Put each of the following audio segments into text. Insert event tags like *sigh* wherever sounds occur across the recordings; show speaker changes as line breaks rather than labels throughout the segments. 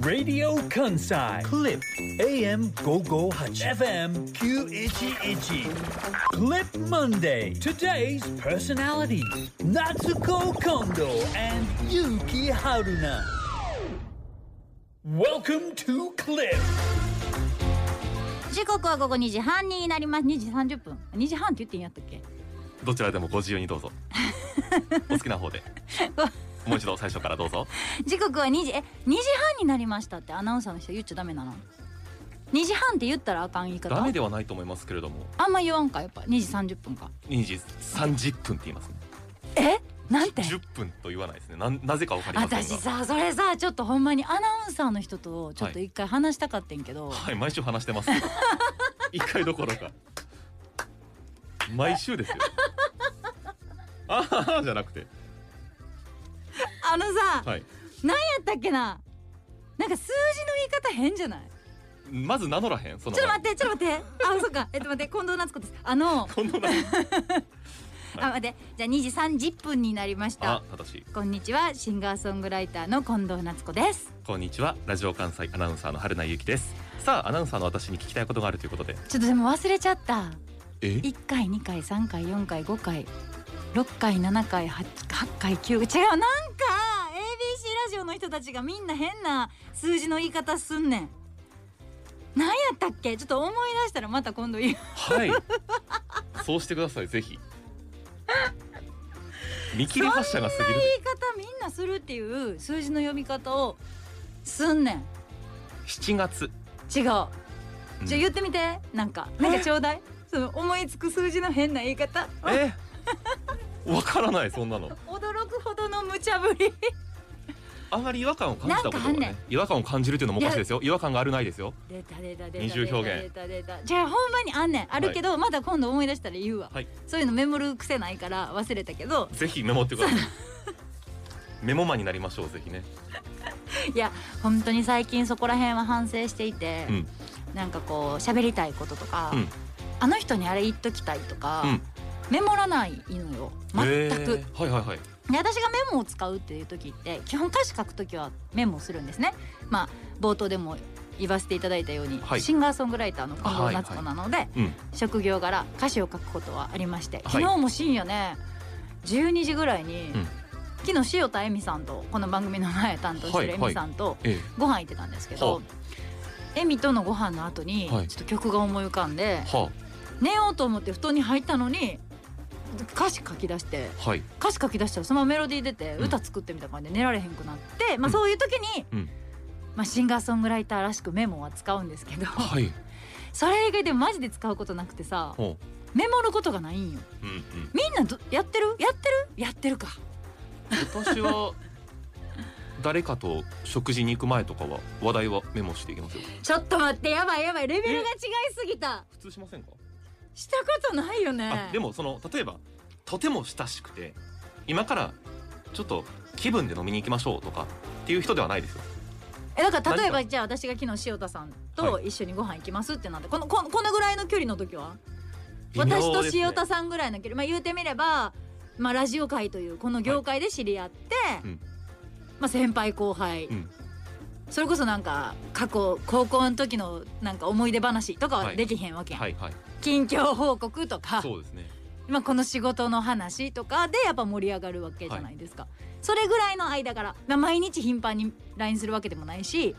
ラディオ関西クリップ AM558 FM911 Clip Monday Today's personality Natsuko Kondo and Yuki Haruna Welcome to Clip
時刻は午後2時半になります2時30分2時半って言ってんやったっけ *laughs*
どちらでもご自由にどうぞ。お好きな方で。もう一度最初からど
*laughs*
うぞ。
時刻は2時え2時半になりましたってアナウンサーの人言っちゃダメなの2時半って言ったらあかん言い方
ダメではないと思いますけれども、
あんま言わんかやっぱ2時30分か
2時30分って言いますね。
えなんて
10分と言わないですね。なんなぜかわかりませんが。
私さそれさちょっとほんまにアナウンサーの人とちょっと一回話したかってんけど、
はい、毎週話し
*laughs*
てます。一回どころか。毎週で
*laughs*
すよ。あははじゃなくて、
あのさ、
はい。
何やったっけななんか数字の言い方変じゃない
まず名乗らへん。その
ちょっと待ってちょっと待ってあそっかえっと待って近藤夏子ですあの、
前。こんな
*laughs*
名前。
あ待ってじゃあ2時30分になりました
あ、正しい。
こんにちはシンガーソングライターの近藤夏子です
こんにちは。ラジオ関西アナウンサーの春名ゆきです。さあ、アナウンサーの私に聞きたいことがあるということで。
ちょっとでも忘れちゃった
え
1回2回3回4回5回6回7回 8, 8回9回違うなんか ABC ラジオの人たちがみんな変な数字の言い方すんねん何やったっけちょっと思い出したらまた今度言う
はい。そうしてください、ぜひ。見切り発車が過ぎる
言い方みんなするっていう数字の読み方をすんねん
7月。
違う
うん
じゃあ言ってみてなんかなんかちょうだいその思いつく数字の変な言い方
え。わからない、そんなの。
驚くほどの無茶ぶり
あまり違和感を感じたことが
なんかあん
ね。違和感を感じるというのもおかしいですよ。違和感があるないですよ。
出た出た出た
二重表現
出た出た出たじゃあほんまにあんねんあるけど、まだ今度思い出したら言うわ、
はい
そういうのメモる癖ないから忘れたけど
ぜひメモってください。メモマンになりましょう、ぜひね。
いや本当に最近そこら辺は反省していて、
うん
なんかこう喋りたいこととか、
うん
あの人にあれ言っときたいとか、
うん
メモらないのよ全く、
えーはいはいはい。
で私がメモを使うっていう時って基本歌詞書く時はメモするんですね。まあ冒頭でも言わせていただいたように、
はい
シンガーソングライターの近
あは
藤
い
夏子なので、
うん
職業柄歌詞を書くことはありまして、
はい
昨日も深夜ね12時ぐらいに、
うん
昨日塩田恵美さんとこの番組の前担当してる
は
恵
いはい
美さんと
え
ご飯行ってたんですけど、
は
恵美とのご飯の後に
はい
ちょっと曲が思い浮かんで、
えは
寝ようと思って布団に入ったのに歌詞書き出して。
あ、はい。
歌詞書き出したらそのままメロディー出て
うん
歌作ってみたいな感じで寝られへんくなって、まあ
うん
そういう時に、
うん
まあ、シンガーソングライターらしくメモは使うんですけど
はい。
それ以外でマジで使うことなくてさ
ほ
メモることがないんよ
う。うんうん。
みんなどやってるやってるやってるか
私は。誰かと食事に行く前とかは話題はメモしていきますよ。
ちょっと待ってやばいやばいレベルが違いすぎた
普通しませんか。
したことないよね
あでもその例えばとても親しくて今からちょっと気分で飲みに行きましょうとかっていう人ではないですよ
えだから例え
何
ばじゃあ私が昨日塩田さんと一緒にご飯行きますってなって、このこのこのぐらいの距離の時は私と塩田
さ
さんぐらいの距離、まあ、言うてみれば、まあ、ラジオ界というこの業界で知り合って、
うん
まあ、先輩後輩、
うん
それこそなんか過去高校の時のなんか思い出話とかは
はい
できへんわけやん、
はいはい
近況報告とか、
そうですね
まあ、この仕事の話とかでやっぱ盛り上がるわけじゃないですか、それぐらいの間から、まあ、毎日頻繁に LINE するわけでもないし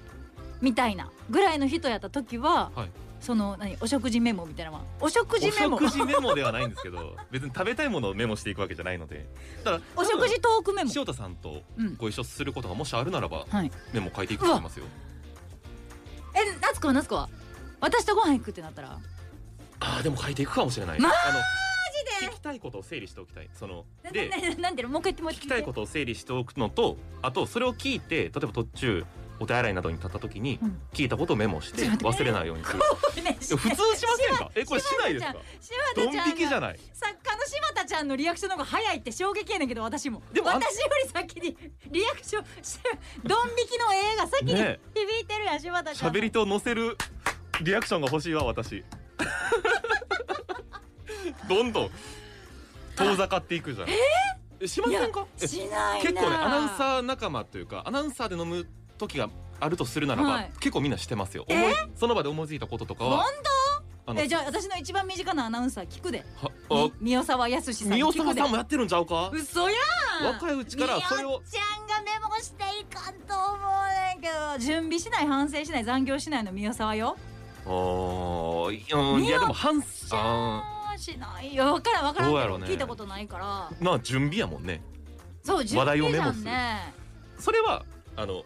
みたいなぐらいの人やった時は、
はい
その何お食事メモみたいなのはお食事
お
メモ
食事メモではないんですけど *laughs* 別に食べたいものをメモしていくわけじゃないのでただ
お食事トークメモ
塩田さんと
うん
ご一緒することがもしあるならば、
はい
メモ書いていくと思いますよ
え夏子は夏子は私とご飯行くってなったら
あーでも書いていくかもしれない
マ
あ
ジ
の聞きたいことを整理しておきたいその
な
で
*laughs* ななんていうのもう一回言ってもう
聞きたいことを整理しておくのとあとそれを聞いて例えば途中お手洗いなどに立った時に
うん
聞いたことをメモして
ちょっと待っ
忘
て *laughs*
れないようにする、
とね *laughs*
いや普通しませんかえこれしないですか
柴田ちゃん
ドン
柴田
引
ち
きじ
ゃん
ゃ
が
ない
作家の局柴田ちゃんのリアクションの方が早いって衝撃やねんけど私も
でもあん
私より先にリアクションしドン引きの絵が先に響
ね
いてるやん柴田ちゃんの
喋り手を乗せるリアクションが欲しいわ私
*laughs*
どんどん遠ざかっていくじゃんえしま
い
せ
や
んかえ
しないな
結構ねアナウンサー仲間というかアナウンサーで飲む時があるとするならば、
はい
結構みんなしてますよ
え
思いその場で思いついたこととかは
本
あの
えじゃあ私の一番身近なアナウンサー聞くで
はあ
み宮沢やすしさん
三
聞
尾
く
沢
で
さんもやってるんちゃうか
嘘やん
若いうちからそれ
み
を
おちゃんがメモしていかんと思うねんけど準備しない反省しない残業しないの宮沢よ
おーうんいやでも反省あ
あーしないよ分からん分からん
どうや
け
ろ
ど、
うね
聞いたことないから
ーまあ準備やもんね
そう準
話題を
備じ
メ
ゃ
モ
ん
する
ね
それはあの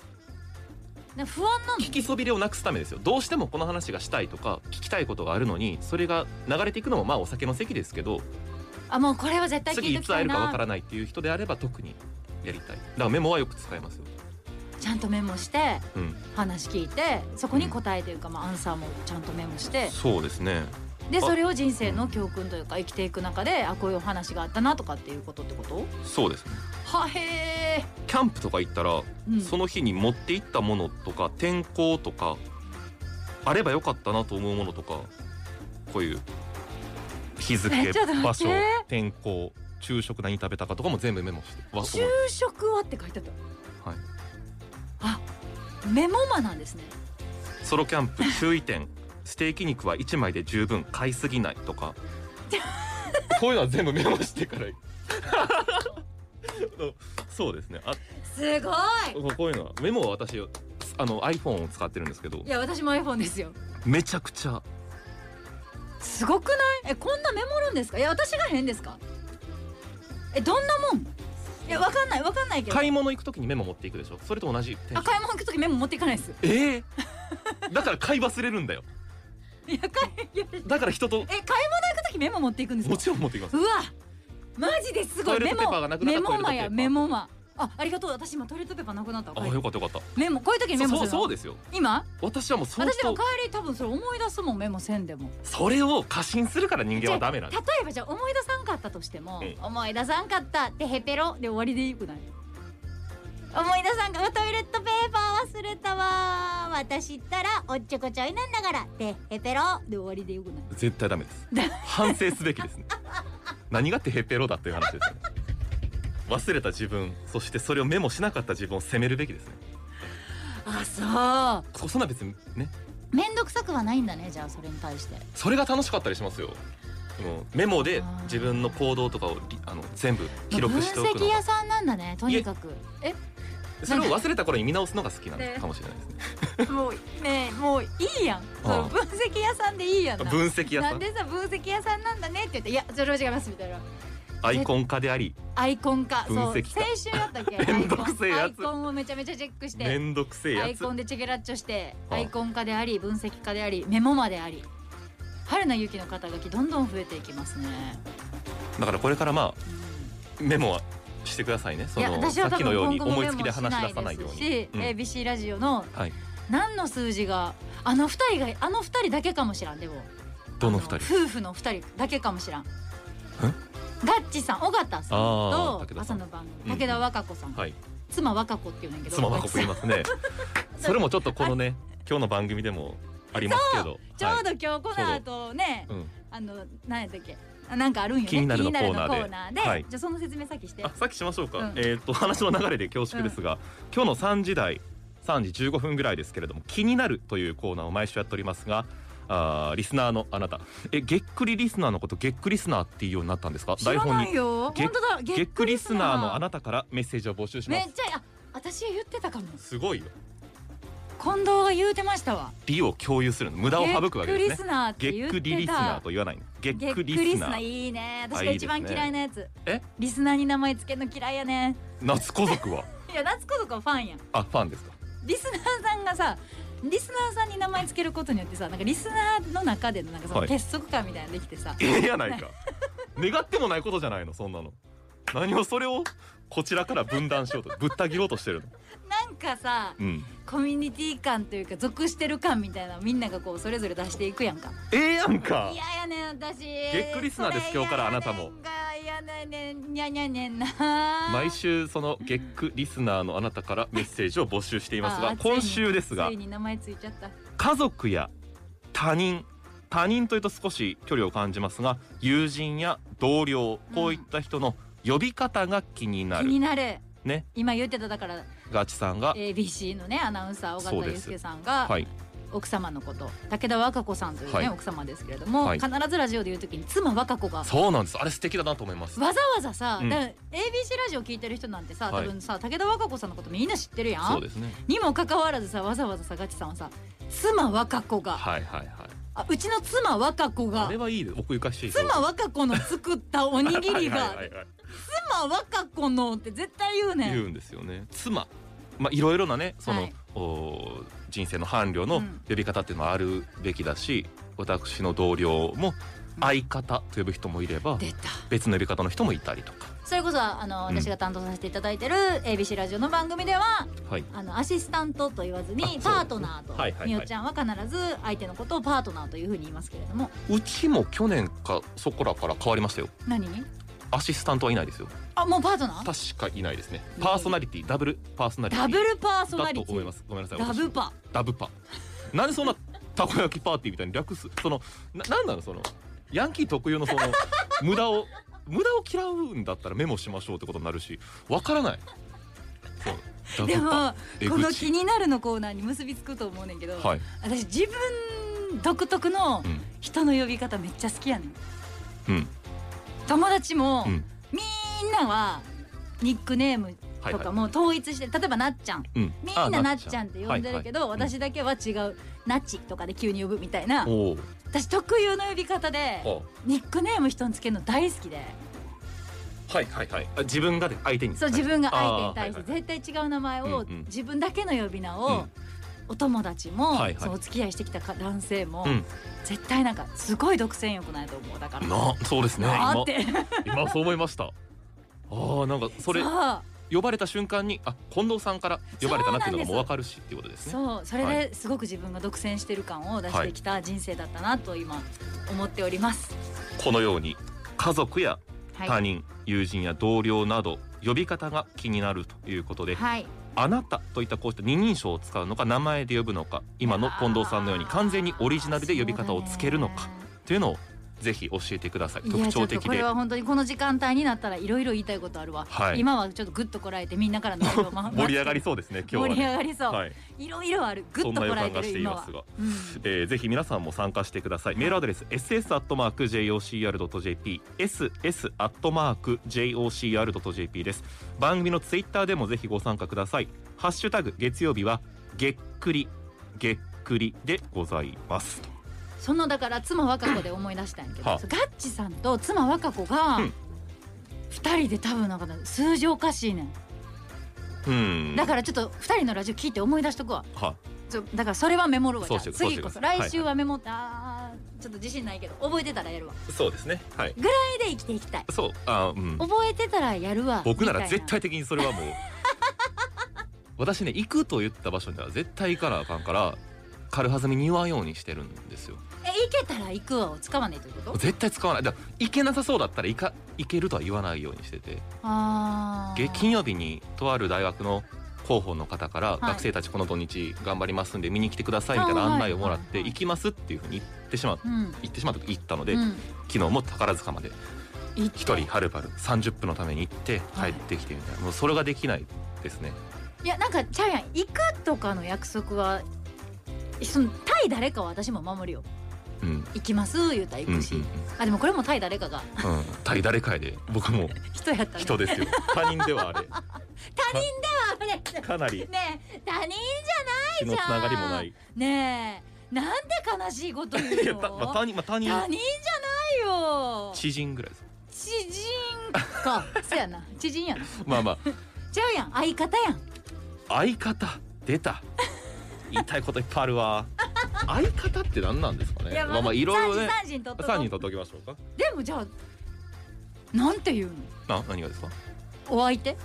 ね不安なの
聞きそびれをなくすためですよどうしてもこの話がしたいとか聞きたいことがあるのにそれが流れていくのもまあお酒の席ですけど
あもうこれは絶対聞
次
い
い
とき
つ
た
会
い
えるかわか
な
らないっていう人であれば特にやりたいだからメモはよく使いますよ
ちゃんとメモして
うん
話聞いてそこに答えというか、まあ、アンサーもちゃんとメモして
そうですね
で
あ
それを人生の教訓というか生きていく中であこういうお話があったなとかっていうことってこと
そうですね
はへ
キャンプとか行ったら、
ー、うん、
その日に持って行ったものとか天候とかあればよかったなと思うものとかこういう日
え
付
ちょっと待って
場所天候昼食何食べたかとかも全部メモしてわ
昼食はって書いてあった
はい
あメモマなんですね
ソロキャンプ *laughs* 注意点ステーキ肉は1枚で十分買いすぎない
*laughs*
とかこういうのは全部メモしてから *laughs* そうですねあ
すごい
こういうのはメモは私あの iPhone を使ってるんですけど
いや私も iPhone ですよ
めちゃくちゃ
すごくないえこんなメモるんですかいや私が変ですかえどんなもんいやわかんないわかんないけど
買い物行く時にメモ持っていくでしょそれと同じテンショ
あ
ン
買い物行く時メモ持っていかないです
ええ *laughs* だから買い忘れるんだよ
いや買いいやえ
だから人と
買い物行く時メモ持っていくんですか
もちろん持っていきます
うわマジですごい
トイレ
メ
ットペーパ
モ
ーがなくなっ
メ
た
モマ
トイレットペーパ
や
ー
メモマあありがとう私今トイレットペーパーなくなったわ
あよかったよかっ
メモこういう時にメ
た
モす
そ
る
う
の
そうですよ
今
私はもう相
私でも
当
帰り多分それ思い出すもんメモせんでも
それを過信するから人間はダメなん
例
だ
えばじゃあ思い出さんかったとしても
ええ
思い出さんかったってヘペロで終わりでいいくない思い出さんかトイレットペーパー忘れたわ私ったらおっちょこちょいなんだからってヘペロで終わりでよくない
絶対ダメ
*laughs* ダ
です反省すべきですね何がってヘペロだっていう話ですね忘れた自分そしてそれをメモしなかった自分を責めるべきですね
あ
こそんな別にね
そう面倒くさくはないんだねじゃあそれに対して
それが楽しかったりしますよもうメモで自分の行動とかをりあの全部記録しておく
分
の
析
が
屋さんなんだねとにかくえ
それを忘れた頃に見直すのが好きなのかもしれないですね
もうねえもういいやんその
あ
分析屋さんでいいやんな
分析屋
な
さ
ん
ん
でさ分析屋さんなんだねって言って「いやそれは違います」みたいな
アイコン化であり
アイコン化そう
分
青
析家
春やったっけ
*laughs* めんどくせえ
ア
や
イ
つ
コンアイコンをめちゃめちゃチェックし
め
て
んどくせえ
ア
や
イ
つ
コンでチェケラッチョして
ああ
アイコン化であり分析家でありメモまであり春菜ゆきの肩書きどんどん増えていきますね、
だからこれからまあ
うん
メモはしてくださいねそ
いや
の
私
さ
は
っ
多
きの
分
よう
今
に
後も
思い
メ
つき
モ
で
しな
話し出
い
さない
で
よう
す
に
し、
うん
ABC ラジオの
はい
何の数字があの二人があの二人だけかもしらんでも
どの
あ
二人
夫婦の二人だけかもしらんガッチさん尾形さん
あ
と
ー武田さ
朝
ん
の番
うんう
組
ん
武田和歌子さん、
はい
妻和歌子っていうねんけど
妻まこ言いますねそれもちょっとこのね今日の番組でもありますけど
*laughs* ちょ
は
うど今日この後ね、
いうん
あの何やったっけあなんかあるんよね
気になるのコーナ
気に
ーで
なるのコで
はい
じゃあその説明先して
あさっきしましょうか、
うん
えーっと話の流れで恐縮ですが、今日の3時台3時15分ぐらいですけれども「気になる」というコーナーを毎週やっておりますがあーリスナーのあなたえげっくりリスナーのことげっくりスナーっていうようになったんですか
知らないよ
げ
本当だ
げっくりスナーのあ
な
なたからメッセージを募集しま
め
す
っちゃあ私言ってたかも
すごいよ
近藤が言うてましたわ
理を共有するの無駄を省くわけ
げっくり
です
ス
ね
ナーって
げ
言
っ
っ
くりリ
て
スナー
た
と言わないのげっ
げっ
く
く
り
り
リ
ス
スナ
ナー
ー
いいね
あ
私
い
が
いで
一
すね
番嫌いなやつ
え
リスナーに名前つけるの嫌いやね
夏子族はい
や夏子とかはファンやん
あファンですか
リスナーさんがさリスナーさんに名前つけることによってさなんかリスナーの中でのなんかその
はい
結束感みたいなのできてさ、
ええやないか願ってもないことじゃないのそんなの何をそれをこちらから分断しようとぶった切ろうとしてるの
なんかさ
うん
コミュニティ感というか属してる感みたいなのみんながこうそれぞれ出していくやんか
ええやんか
嫌やねん私
げっくりスナーです
それ
今日からあなたも
嫌やねんゃなねにゃにゃねんな毎
毎週そのゲックリスナーのあなたからメッセージを募集しています
あ
が
ーついに
今週ですが
ついに名前ついちゃった
家族や他人他人というと少し距離を感じますが友人や同僚こういった人の呼び方が気にな
気
る、
になる
ね
今言ってただから
ガチさんが
ABC のねアナウンサー尾
そう
形
で
祐
す
介さんが
はい
奥様のこと武田和歌子さんというね、
はい
奥様ですけれども、
はい
必ずラジオで言うときに妻和歌子が
そうなんですあれ素敵だなと思います
わざわざさ、
うん
だから ABC ラジオ聞いてる人なんてさ多
はい
分さ、武田和歌子さんのことみんな知ってるや
そうんですね
にもかかわらずさわざわざさガチさんはさ妻和歌子が、
はいはいはい
あうちの妻和歌子
あ
が
れはいいです奥ゆかしい
妻和歌子の作ったおにぎり
はい
が
はいはい
妻和歌子のって絶対言うね
言
ん
うんですよね妻まあいろいろなねその、
はい
お人生の伴侶
う
の
ん
呼び方っていうのはあるべきだし、私の同僚も相方と呼ぶ人もいれば
出た
別の呼び方の人もいたりとか
それこそあの
うん
私が担当させていただいてる ABC ラジオの番組では
はい
あのアシスタントと言わずに
あそう
パートナ
はいはい
ー
は
と
い
みよちゃんは必ず相手のことをパートナーというふうに言いますけれども
うちも去年かそこらから変わりましたよ
何に
アシスタントはいないですよ
あもうパートナー
確かいないですねパーソナリティダブルパーソナリティ
ダブルパーソナ
だ
リ
と
テ
思い
ィ
ますごめんなさい
ダ
私
ブパ
ダブパなんでそんなたこ焼きパーティーみたいに略すそのななんなのそのヤンキー特有のそ
*laughs*
の無駄を無駄を嫌うんだったらメモしましょうってことになるしわからないそう
で
ダブパ
も
出口
この「気になる」のコーナーに結びつくと思うねんけど、
はい、
私自分独特の
うん
人の呼び方めっちゃ好きやねん
うん
友達も、
うん
みんなはニックネーム
はい
と
は
か
い
も統一して、例えばなっちゃん
うん
み
あ
んななっちゃんって呼んでるけど、
はいはいうん
私だけは違う「なっち」とかで急に呼ぶみたいな
おー
私特有の呼び方で
あ
ニックネーム人につけるの大好きで
はいはいはいあ自分がで相手に
そう自分が相手に対し
あーはい
て絶対違う名前を
うんうん
自分だけの呼び名を、
うん
お友達も、
はいはい
そのお付き合いしてきたか男性も、
うん
絶対なんかすごい独占欲ないと思うだから
なそうですね
なあ
今
って
今そう思いましたあーなんかそれ
そう
呼ばれた瞬間にあ近藤さんから呼ばれたなっていうのがもう分かるしっていうことですね
そうそれですごく自分が独占してる感を出してきた人生だったなと今思っております。
このように家族や
は
他
い、
人、友人や同僚など呼び方が気になるということで、
はい、
あなたといったこうした二人称を使うのか名前で呼ぶのか今の近藤さんのように完全にオリジナルで呼び方をつけるのかというのをぜひ教えてください
いや
特
ちょ
徴
っと
的
これ
で
は本当にこの時間帯になったらいろいろ言いたいことあるわ、
はい
今はちょっとグッとこらえてみんなからの声を
*laughs*
ま
盛り上がりそうですね今日は
盛り
ね、
上がりそう、
はい、
いろいろあるグ
そ
ッ
ん
と
な
こ
予
らえ
感
てる
がしてい
今
ま
は
すが、
うん
えーぜひ皆さんも参加してくださいメールアドレス ss.jp ss.jp です番組のツイッターでもぜひご参加くださいハッシュタグ月曜日はげっくりげっくりでございます
そのだから妻和歌子で思い出したんやけど、
はあ
ガッチさんと妻和歌子が
うん
二人で多分なんか数字おかしいねん
うん
だからちょっと二人のラジオ聞いて思い出しとくわ
は
ちょだからそれはメモるわじゃあ
そうして
次こそ
そうしてください
来週はメモって、あーちょっと自信ないけど覚えてたらやるわ
そうですねはい
それで生きていきたい
そうあうん
覚えてたらやるわ
僕なら
みたい
絶対的にそれ
*laughs*
はもう私ね行くと言った場所には絶対行かなあかんから軽はずみに言わんようにしてるんですよ
え行けたら行くわを使わないということ
絶対使わないだから行けなさそうだったらいか行けるとは言わないようにしてて
あ
げ金曜日にとある大学の広報の方から、
い
学生たちこの土日頑張りますんで見に来てくださいみたいな案内をもらって
はいはいはいはい
行きますっていうふうに言ってしまう
うん
言ってしまったと行ったので、
うん
昨日も宝塚まで
行って
一人はるばる30分のために行って帰
はい
ってきてみたいな、もうそれができないですね
いやなんかちゃうやん行くとかの約束はその対誰かは私も守るよ
うん
行きます言うたら
う
行
んうん
くし、あでもこれも対誰かが
うんうん対誰かやで僕も
人やったね
人
*laughs*
ですよ他人ではあ
他人
れ
ではあ
かなり
れねえ他人
血のつながりもない
ねえなんて悲しいこと言う
いや
の
た、まあ、他人、まあ、他人
他人じゃないよ
知人ぐらいです
知人かそやな知人やな
まあまあ
ちゃうやん相方やん
相方出た言いたいこといっぱいあるわ相方って何なんですかねまあまあいろいろね
三人とっとこう
3人取っておきましょうか
でもじゃあなんて言うの
な何がですか
お相手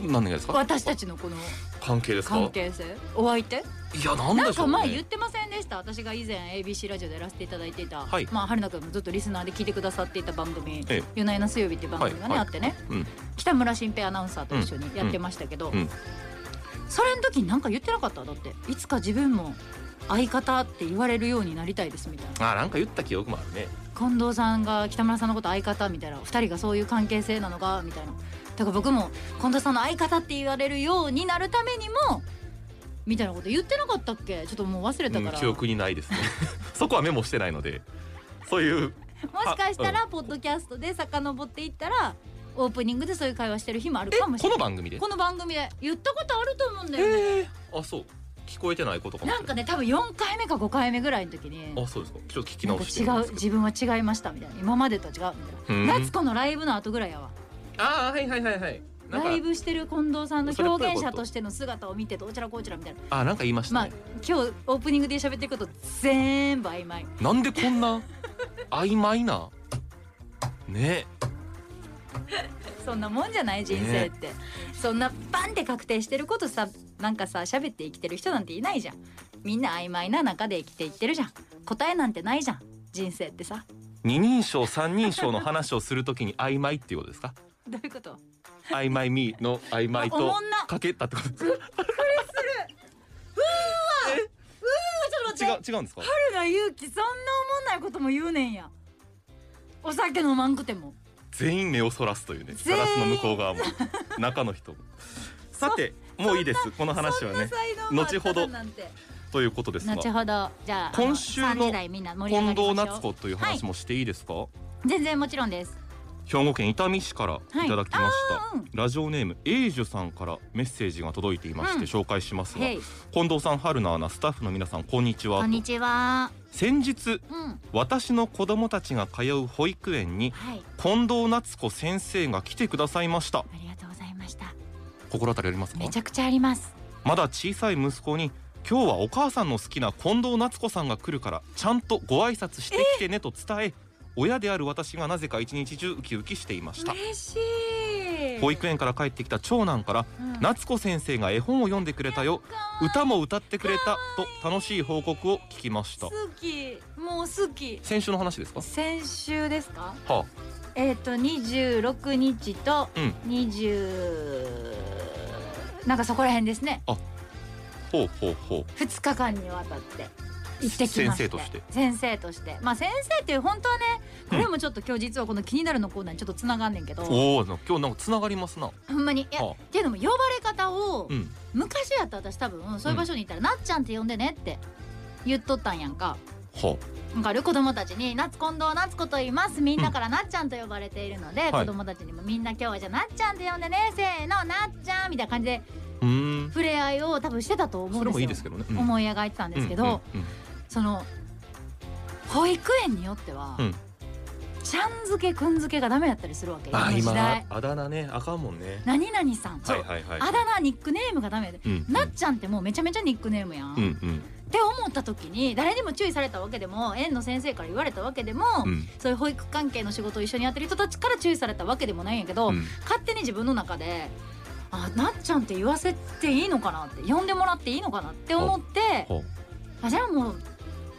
何がですか
私たちのこの
関係ですか
関係性お相手
いやなん
な
で
ん
しょ
か
う
前言っ
ね
てませんでした私が以前 ABC ラジオでやらせていただいていた、
はい
まあ春菜くんもずっとリスナーで聞いてくださっていた番組
ええ
「夜な夜な水曜日」っていう番組がね、
はい
あってね、
うん
北村新平アナウンサーと一緒にやってましたけど、
うんうん
それの時になんか言ってなかっただっていつか自分も相方って言われるようになりたいですみたいな
あなんか言った記憶もあるね
近藤さんが北村さんのこと相方みたいな二人がそういう関係性なのかみたいなだから僕も近藤さんの相方って言われるようになるためにもみたいなこと言ってなかったっけちょっともう忘れた
う
か
ん
ら、
記憶にないですねそこはメモしてないのでそういう
*laughs* もしかしたらポッドキャストで遡っていったらオープニングでそういう会話してる日もあるかもし
こ
れな
の
い
番組で
この番組で言ったことあると思うんだよね、
えー、あそう聞こえてないことかもし
な
れ
ん
な
かね
い
多分4回目か5回目ぐらいの時に
あそうですかちょっと聞き
なん
直
か
して
違
みま
う
す
自分は違いましたみたいな今までとは違うみたい
うん
な夏子のライブの後ぐらいやわ
ああはいはいはいはいなんか
ライブしてる近藤さんの
それっぽいこと
表現者としての姿を見てどうちらこうちらみたいな
あなんか言いました
まあ
ね、
今日オープニングで喋ってること全部曖昧
なんでこんな曖昧なね
そんなもんじゃない人生って、そんなバンって確定してることさなんかさ喋って生きてる人なんていないじゃんみんな曖昧な中で生きていってるじゃん答えなんてないじゃん人生ってさ
二人称三人称の話をするときに曖昧っていうことですか
どういうこと
曖昧みの曖昧
あお
と
もんな
かけたってことですか
ちょっと待って
違う違うんですか
春が勇気そんな思んないことも言うねんやお酒飲まんくても
全員目をそらすというねガ
全員
ラスの向こう側も中の
*laughs*
人もさてもういいですこの話は
そんな
ね
才能があっただ
後ほど
なんて
ということですが
後ほどじゃああの
今週の
3時台みんな盛り上が
近
りましょ
藤
う
夏子という話もしていいですか、
全然もちろんです
兵庫県伊丹市からいただきました、
はいあーうん
ラジオネームエイジュさんからメッセージが届いていまし
う
て、
ん
紹介しますが
へい
近藤さん春菜アナスタッフの皆さんこんにちは
こんにちは
先日
うん
私の子供たちが通う保育園に
はい
近藤夏子先生が来てくださいました
ありがとうございました
心当たりありますか
めちゃくちゃあります
まだ小さい息子に今日はお母さんの好きな近藤夏子さんが来るからちゃんとご挨拶してきてねと伝え親である私がなぜか一日中ウキウキしていました
嬉しい
保育園から帰ってきた長男から
うん
夏子先生が絵本を読んでくれたよ歌も歌ってくれたと楽しい報告を聞きました
好きもう好き
先週の話ですか
先週ですか
は
えっ、と26日と
うん
20、なんかそこら辺ですね
あほうほうほう
2日間にわたって行ってきまして
先生として
先生としてまあ先生っていう本当はねこれもちょっと今日実はこの気になるのコーナーにちょっとつながんねんけど
おお今日なんかつながりますな
ほんまにいや
は
っていうのも呼ばれ方を、
うん
昔やったら私多分そういう場所にいたら「なっちゃんって呼んでね」って言っとったんやんか。
は
わかる子供たちに「夏近藤夏子と言いますみんなからなっちゃんと呼ばれているので、
はい
子供たちにもみんな今日はじゃあなっちゃんって呼んでねせーのなっちゃん」みたいな感じで
うーん
触れ合いを多分してたと思うんですよ
それもいいですけどね、うん
思い描いてたんですけど、
うんうんうん
その保育園によっては、
うん
ちゃんづけくんづけがダメだったりするわけ
あ
今の
ー
時
今
代
あだ名ねあかんもんね
何々さん、
はいはいはい
あだ名ニックネームがダメで、
うん
なっちゃんってもうめちゃめちゃニックネームやん、
うんう
っ
ん
て思った時に誰にも注意されたわけでも園の先生から言われたわけでも、
うん
そういう保育関係の仕事を一緒にやってる人たちから注意されたわけでもないんやけど、
うん
勝手に自分の中で「あなっちゃんって言わせていいのかな」って呼んでもらっていいのかなって思って
ほ
あじゃあもう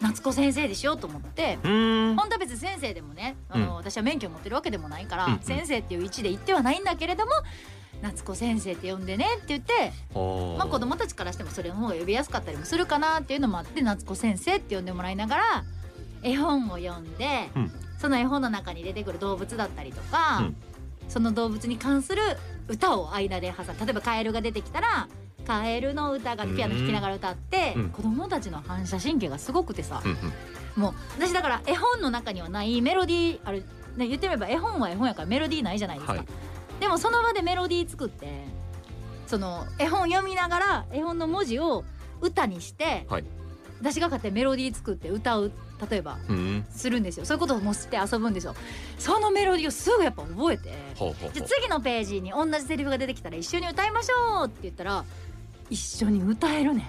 夏子先生でしようと思って。
ううーん
本当は別に先生でもねあの、
うん
私は免許持ってるわけでもないから、
うんうん
先生っていう位置で言ってはないんだけれども夏子先生って呼んでねって言って、
ほう
まあ、子供たちからしてもそれの方が呼びやすかったりもするかなっていうのもあって夏子先生って呼んでもらいながら絵本を読んで、
うん
その絵本の中に出てくる動物だったりとか、
うん
その動物に関する歌を間で挟んで例えばカエルが出てきたら「カエルの歌が」ピアノ弾きながら歌って、
うん
子供たちの反射神経がすごくてさ
う、んうん
もう私だから絵本の中にはないメロディーある、ね、言ってみれば絵本は絵本やからメロディーないじゃないですか、
はい
でもその場でメロディー作ってその絵本読みながら絵本の文字を歌にして、
はい
私が勝手にメロディー作って歌う例えば
うん
するんですよそういうこともして遊ぶんですよそのメロディーをすぐやっぱ覚えて
ほうほう
じゃ
ほ
あ次のページに同じセリフが出てきたら一緒に歌いましょうって言ったら一緒に歌えるねん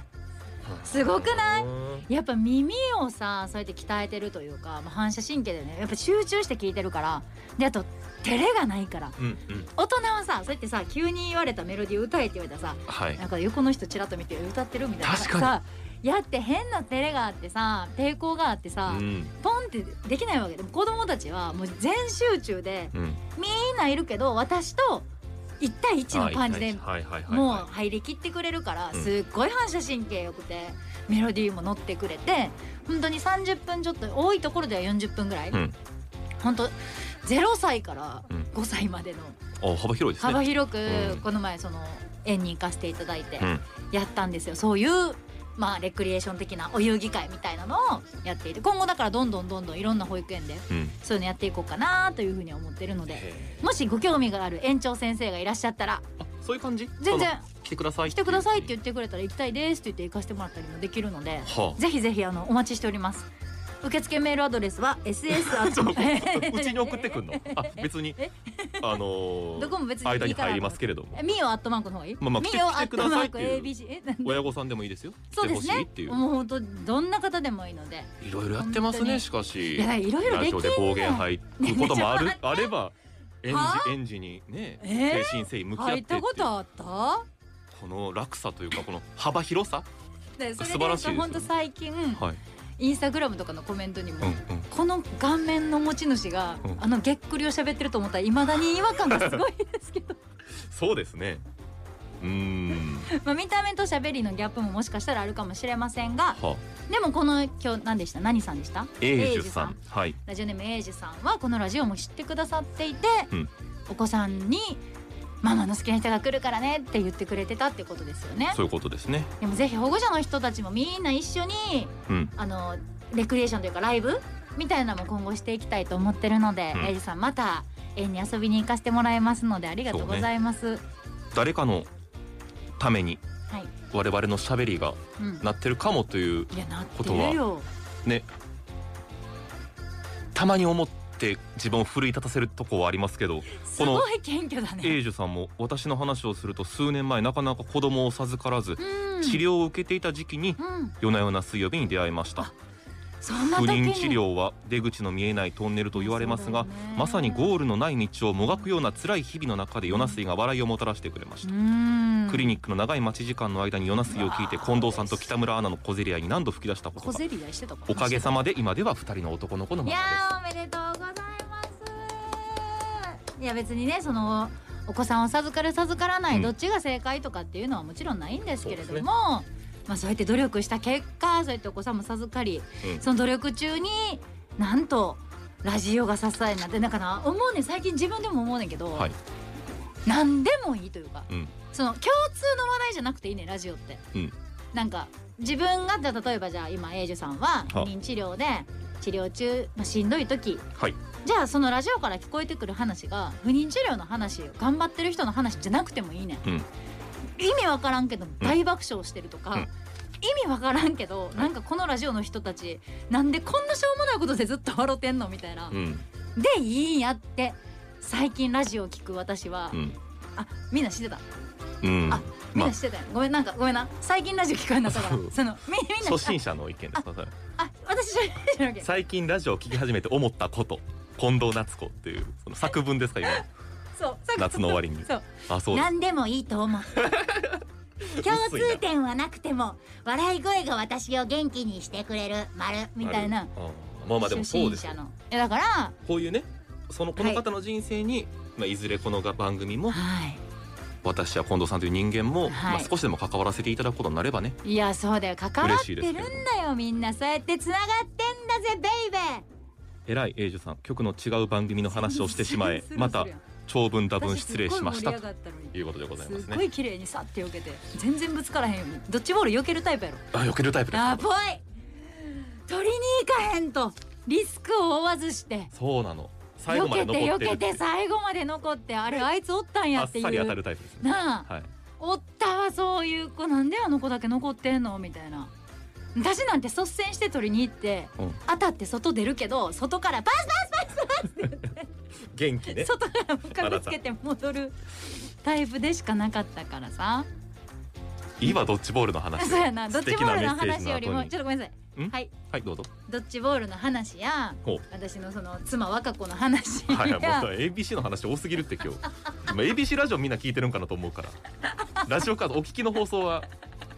すごくないう
うん
やっぱ耳をさそうやって鍛えてるというか、まあ、反射神経でねやっぱ集中して聞いてるからであと照れがないから
うんうん
大人はさそうやってさ急に言われたメロディー歌えって言われたらさ
はい
なんか横の人ちらっと見て歌ってるみたいな
確かに
さやって変な照れがあってさ抵抗があってさ、
うん
ポンってできないわけでも子供たちはもう全集中で
うん
みんないるけど私と1対1の感じで
はいはいはいはい
もう入りきってくれるから
うん
すっごい反射神経よくてメロディーも乗ってくれて本当に30分ちょっと多いところでは40分ぐらい、
うん
本当0歳から
うん
5歳までの
あ幅広いですね
幅広く
うん
この前その園に行かせていただいて
うん
やったんですよそういう。まあ、レクリエーション的なお遊戯会みたいなのをやっていて今後だからどんどんどんどんいろんな保育園で
うん
そういうのやっていこうかなというふうに思ってるので
へえ
もしご興味がある園長先生がいらっしゃったら
あそういう感じ
全然
あの来てください
来てくださいって
う
言ってくれたら行きたいですって言って行かせてもらったりもできるので
はあ
ぜひぜひあのお待ちしております受付メールアドレスは ss あ *laughs*
うちに送ってくんのあ別に
え
*laughs* あのー
どこも別にいいから
間に入りますけれども
みよアットマークの方がいい
まあまあ来
み
て
よ
来てくださいっていう
ABC えなん
親御さんでもいいですよ来
そう
て
で
ほ
す
しい
ね
っていう
もう本当どんな方でもいいので
いろいろやってます
本当に
ねしかし
いやいろいろ
ラ
で
ジ
きん
オ
ね
で暴言吐くこ
*laughs*
ともあるあれば園
は
児園児にね
えー
精神性に向き合って
入
っ
ってた
いう
ことあった
この落差というかこの幅広さ
でそれ
素晴らしいです
で
ね
本当最近
はい
インスタグラムとかのコメントにも
うんうん
この顔面の持ち主が
うん
あのげっくりを喋ってると思ったらいまだに違和感がすごいですけど
そうですねうーん
まあ、見た目と喋りのギャップももしかしたらあるかもしれませんが
は
でもこの今日何でした何さんでした
エイジュさんはい
ラジオネームエイジさんはこのラジオも知ってくださっていて、
うん
お子さんに「ママの好きな人が来るからね」って言ってくれてたってことですよね
そういうことですね
でもぜひ保護者の人たちもみんな一緒に
うん
あのレクリエーションというかライブみたいなのも今後していきたいと思ってるので、
うん
エイジさんまた園に遊びに行かせてもらいますのでありがとうございます、
誰かのために
はい、
我々の喋りが
うん、
なってるかもという
いやなって
ことは
るよ
たまに思って自分を奮い立たせるとこはありますけど
す
この
ごい謙虚だね
エイジュさんも私の話をすると数年前なかなか子供を授からず
うん
治療を受けていた時期に
うん、
夜な夜な水曜日に出会いました
あそんな
不
時に
妊治療は出口の見えないトンネルと言われま
そ
すが、
うだよね
まさにゴールのない道をもがくような辛い日々の中でヨナスイが笑いをもたらしてくれました、
うん
クリニックの長い待ち時間の間にヨナスイを聞いて
うわー
近藤さんと北村アナの小競り合いに何度吹き出したこと
小
か
競り合いしてたか
おかげさまで今では二人の男の子の
い
マ
や
マ
ーおめでとうございますいや別にねそのお子さんを授かる授からない、
うん
どっちが正解とかっていうのはもちろんないんですけれども
そうですね
まあ、そうやって努力した結果そうやってお子さんも授かり、
うん
その努力中になんとラジオが支えになってなんかな思うねん最近自分でも思うねんけど、
はい
何でもいいというか
ですうん
その共通の話題じゃなくていいねラジオって、
うん
なんか自分がじゃあ例えばじゃあ今エイジュさんは不
は
妊治療で治療中、まあ、しんどい時
はい
じゃあそのラジオから聞こえてくる話が不妊治療の話頑張ってる人の話じゃなくてもいいね、
うん
意味わからんけど大爆笑してるとか、
うん
意味わからんけど、なんかこのラジオの人たちなんでこんなしょうもないことでずっと笑ってんのみたいな、
うん
でいいんやって最近ラジオを聞く私は、
うん
あみんな知ってた
うん
あみんなしてたよ、ごめんなんかごめんな最近ラジオ聞こえなかったか
そ
ら
う
そのみみんな
初心者の意見です
ああ私初心者なわけ
最近ラジオを聞き始めて思ったこと近藤夏子っていうその作文ですか今
そうそう
夏の終わりに
そう
あそうです
何でもいいと思う
*laughs*
共通点はなくても笑い声が私を元気にしてくれる丸みたい
あ
な
るあまあまあでも
初
そう
心
ですよ
者のえだから
こういうねそのこ
は
の
い
方の人生に、いまあ、いずれこのが番組も
は
私や近藤さんという人間も、
はい
まあ、少しでも関わらせていただくことになればね
いいやそうだよ関わってるんだ
嬉しいで
よみんなそうやってつながってんだぜベイベー
偉い永寿さん局の違う番組の話をしてし
*laughs*
まえ
する
また
する
長文多文
私
失礼しました
すっごい盛り上
と
がったのに
いうことでございますす
っご
ね
い綺麗にさって避けて全然ぶつからへんようにドッジボール避けるタイプやろ
あ避けるタイプです
やばい取りに行かへんとリスクを負わずして
そうなの最後
避
まで
けて
残っ
避
てる
け
ってい
て
う
最後まで残ってあれあいつおったんや
あ
っ
って
い
さり当た
う
るタイプですね
なあ
はい
おったわそういう子なんであの子だけ残ってんのみたいな私なんて率先して取りに行って
うん
当たって外出るけど外からパス
元気ね
外からかぶつけて戻るタイプでしかなかったからさ
今ドッジボールの話
そうやなドッジボールの
素敵なメ
話
ッセージの
よ
後に
りもちょっとごめんなさい
ん
はい
はいどうぞ
ドッジボールの話や
ほう
私のその妻和歌子の話や、
はいはいもうさ ABC の話多すぎるって今日今 ABC ラジオみんな聞いてるんかなと思うからラジオ関お聞きの放送は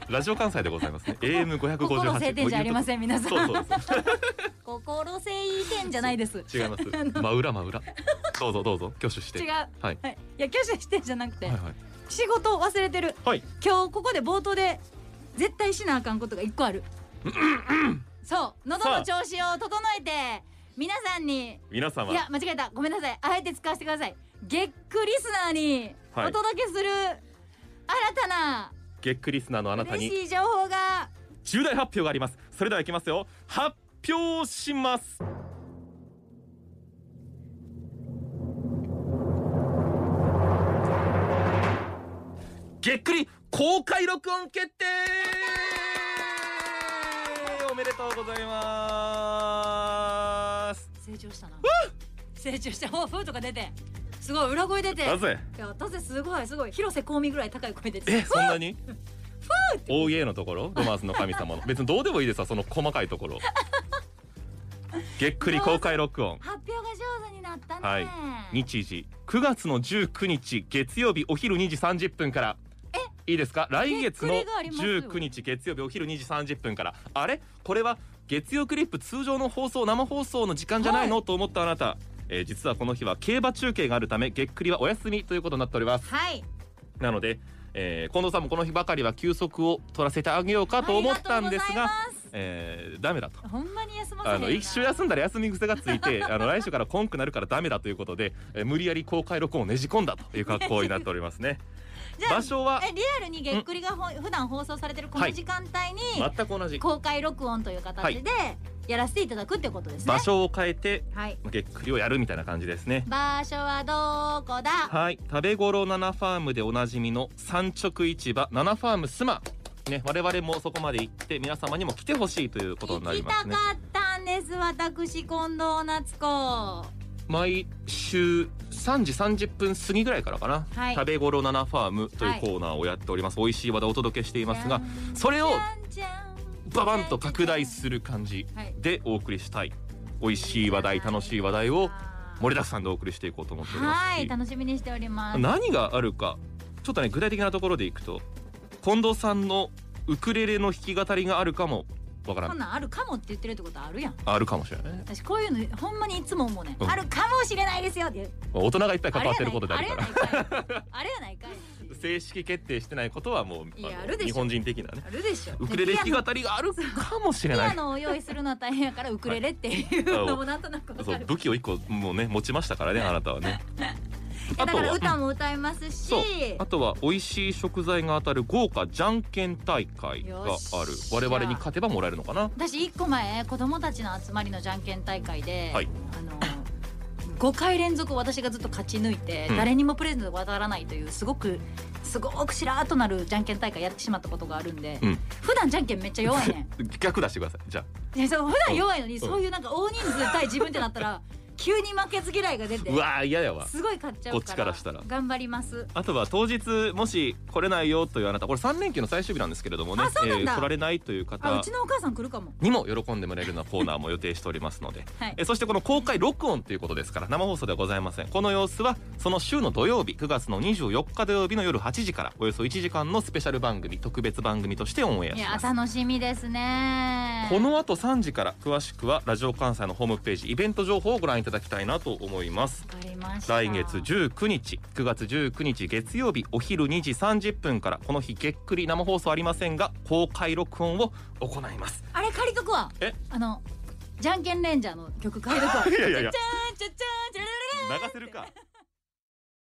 ラジオ関西でございますね AM558
*laughs* 心晴天じゃありません皆さん
そうそうそう
心晴天じゃないです
違います真裏真裏どうぞどうぞ挙手して
違う
はい
はい、いや挙手してじゃなくて、
はいはい
仕事を忘れてる
はい
今日ここで冒頭で絶対しなあかんことが一個あるそう喉の調子を整えて皆さんに
皆様
いや間違えたごめんなさいあえて使わせてくださいゲックリスナーにお
はい
届けする新たな
ゲックリスナーのあなたに
嬉しい情報が
重大発表がありますそれではいきますよ発表しますげっくり公開録音決定おめでとうございます
成長したな成長したおふーとか出てすごい裏声出て
なぜ
いや私すごいすごい広瀬香美ぐらい高い声出て
えそんなに大家のところロマンスの神様の別にどうでもいいですわその細かいところげっくり公開録音
発表が上手になったね、
はい日時9月の19日月曜日お昼2時30分からいいですか来月の
びっくりがありますよ
19日月曜日お昼2時30分からあれこれは月曜クリップ通常の放送生放送の時間じゃないの、と思ったあなた、えー実はこの日は競馬中継があるためげっくりはお休みということになっております
はい
なので、えー近藤さんもこの日ばかりは休息を取らせてあげようかと思ったん
ありと
ですが
うございま
えーダメだと
すほんまに休ませへ
あ
んな
の一週休んだら休み癖がつ
*laughs*
いてあの来週からコンくなるからダメだということで、えー無理やり公開録音をねじ込んだという格好になっております
*laughs*
ね
じゃあ
場所は
えリアルにげっくりがほん普段放送されてるこの時間帯に、
全く同じ
公開録音という形でやらせていただくってことですね
場所を変えて
はい
まあげっくりをやるみたいな感じですね
場所はどこだ
はい食べごろ7ファームでおなじみの産直市場7ファームスマね我々もそこまで行って皆様にも来てほしいということにな
行
り
き
ま
たか
すね
ったんです私近藤夏子は
毎週3時30分過ぎぐらいからかな、
はい
食べごろ7ファームというコーナーをやっております、美味しい話題をお届けしていますがそれをババンと拡大する感じ
はい
でお送りしたい美味しい話題楽しい話題を盛りだくさんでお送りしていこうと思っておりま
はい
す
楽しみにしております
し何があるかちょっとね具体的なところでいくと近藤さんのウクレレの弾き語りがあるかもわから
こん
ん
なんあるかもって言ってるってことあるやん
あるかもしれないね
私こういうのほんまにいつも思うね、
うん
あるかもしれないですよって
まあ大人がいっぱい関わってることであ
あれや
る
な
から
いかいあれやないかい
正式決定してないことはもう
いや
あの
あるでしょ
日本人的なね
あるでしょ
ウクレレ弾き
ピアノ
語りがあるかもしれ
ピ
な
ア
い
ノを用意するのは大変やからウクレレっていうのもなんとなくわ
そ
か
う
る
武器を一個もうね持ちましたからねあなたはね
*laughs* いやだから
うん
歌も歌いますし、
そうあとは美味しい食材が当たる豪華じゃんけん大会が
よっ
ある
しゃ
我々に勝てばもらえるのかな
私一個前子供たちの集まりのじゃんけん大会で、
はい
あの5回連続私がずっと勝ち抜いて、
うん
誰にもプレゼントが渡らないというすごくすごくしらーっとなるじゃんけん大会やってしまったことがあるんで、
うん
普段じゃんけんめっちゃ弱いね
*laughs* 逆出してくださいじゃ *laughs*
んいやそう普段弱いのに、
ん
そういうなんか大人数対自分ってなったら急に負けず嫌いが出て
あうわー嫌やわ
すごい勝っちゃうから
こっちからしたら
頑張ります
あとは当日もし来れないよというあなたこれ3連休の最終日なんですけれどもね
あそうなんだ
来られないという
あ
方
うちのお母さん来るかも
にも喜んでもらえるようなコーナーも予定しておりますので、
*laughs* はい
えそしてこの公開録音ということですから生放送ではございませんこの様子はその週の土曜日9月の24日土曜日の夜8時からおよそ1時間のスペシャル番組特別番組としてオンエア
い
し
や
ます
楽しみですね
この後3時から詳しくはラジオ関西のホームページイベント情報をご覧いただきたいなと思います
わかりました
来月19日9月19日月曜日お昼2時30分からこの日げっくり生放送ありませんが公開録音を行います
あれ借りとくわ
え
あのじゃんけんレンジャーの曲借りとくわ
*laughs* いやいやいや
ちゃーんちゃちゃーんちゃららら
流せるか